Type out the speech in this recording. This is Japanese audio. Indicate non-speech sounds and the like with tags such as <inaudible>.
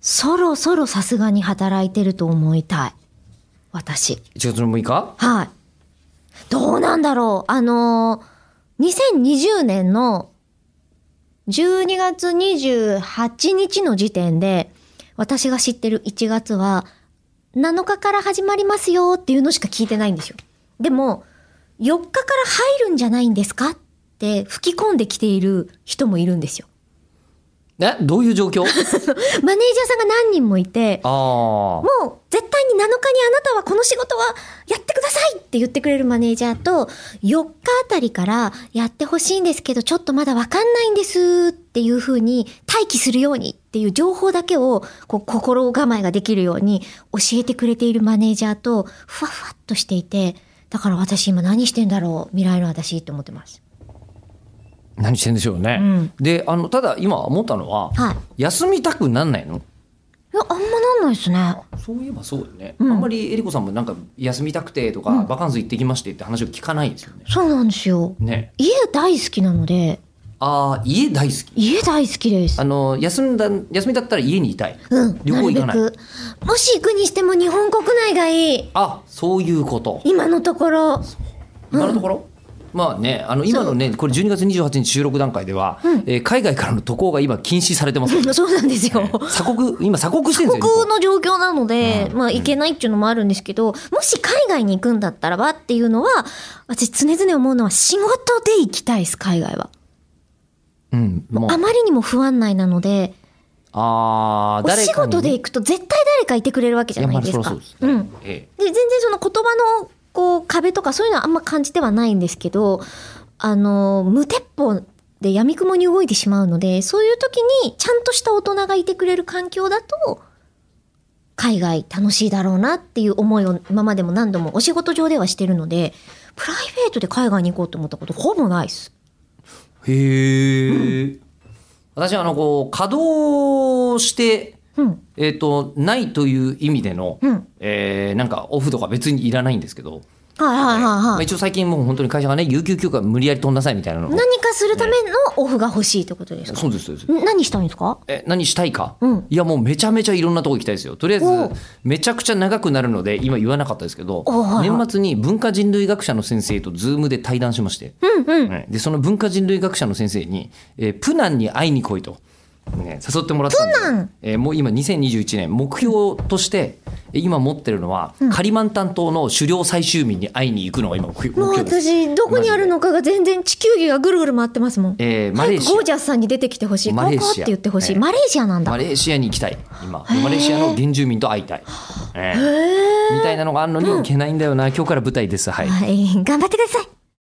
そろそろさすがに働いてると思いたい。私。 1月の6日はい。どうなんだろうあのー、2020年の12月28日の時点で、私が知ってる1月は、7日から始まりますよっていうのしか聞いてないんですよ。でも、4日から入るんじゃないんですかって吹き込んできている人もいるんですよ。えどういう状 <laughs> 況マネージャーさんが何人もいて、ああ。もう絶対に7日にあなたはこの仕事はやってくださいって言ってくれるマネージャーと、4日あたりからやってほしいんですけど、ちょっとまだわかんないんですっていう風に、待機するようにっていう情報だけを、こう、心構えができるように教えてくれているマネージャーと、ふわふわっとしていて、だから私今何してんだろう、未来の私って思ってます。何してんでしょうね。うんで、あの、ただ今思ったのは、はい。休みたくなんないのいや、あんまなんないですね。そういえばそうだよね、うんあんまりえりこさんもなんか休みたくてとか、うんバカンス行ってきましてって話を聞かないですよね。そうなんですよ。ね。家大好きなので、ああ、家大好き。家大好きですあ。の、休んだ、休みだったら家にいたい。うん、旅行行かないるべくもし行くにしても日本国内がいいあ、そういうこと。今のところ今のところ、まあね、あの今のね、これ12月28日収録段階では、うんえー海外からの渡航が今禁止されてます。 <laughs> そうなんですよ鎖国、今鎖国してるん国ですよ。の状況なので、うんまあ行けないっていうのもあるんですけど、もし海外に行くんだったらばっていうのは、私常々思うのは仕事で行きたいです、海外は。日本うん、もうあ、まりにも不安内なので、あーお誰仕かに事で行くと絶対誰かいてくれるわけじゃないですいやまあか。そりゃそうですうねん。えで全然その言葉のこう壁とかそういうのはあんま感じてはないんですけどあの無鉄砲で闇雲に動いてしまうのでそういう時にちゃんとした大人がいてくれる環境だと海外楽しいだろうなっていう思いを今までも何度もお仕事上ではしてるのでプライベートで海外に行こうと思ったことほぼないです。えへえ、私はあのこう稼働してうんえっ、とないという意味での、うんえーなんかオフとか別にいらないんですけど、はいはいはいまはあ、い。一応最近もう本当に会社がね有給休暇無理やり飛んなさいみたいなのを何かするためのオフが欲しいってことですかそうですそうですん何したいんですかえ何したいか、うんいやもうめちゃめちゃいろんなとこ行きたいですよとりあえずおうめちゃくちゃ長くなるので今言わなかったですけどおうはいはい年末に文化人類学者の先生とズームで対談しまして、うんうん。ねでその文化人類学者の先生に、えープナンに会いに来いと、ね、誘ってもらったんでプナンえーもう今2021年目標としてえー今持ってるのは、カリマンタン島の狩猟採集民に会いに行くのが今目標もう目標です。私どこにあるのかが全然地球儀がぐるぐる回ってますもん。えーマ早レーくシアゴージャスさんに出てきてほしい。マ高レーシア校って言ってほしい。ねマレーシアなんだ。マへレーシアに行きたい今へーマレーシアの原住民と会いたい、えーえ。みたいなのがあるのに行けないんだよな今日から舞台ですはいはい、頑張ってください。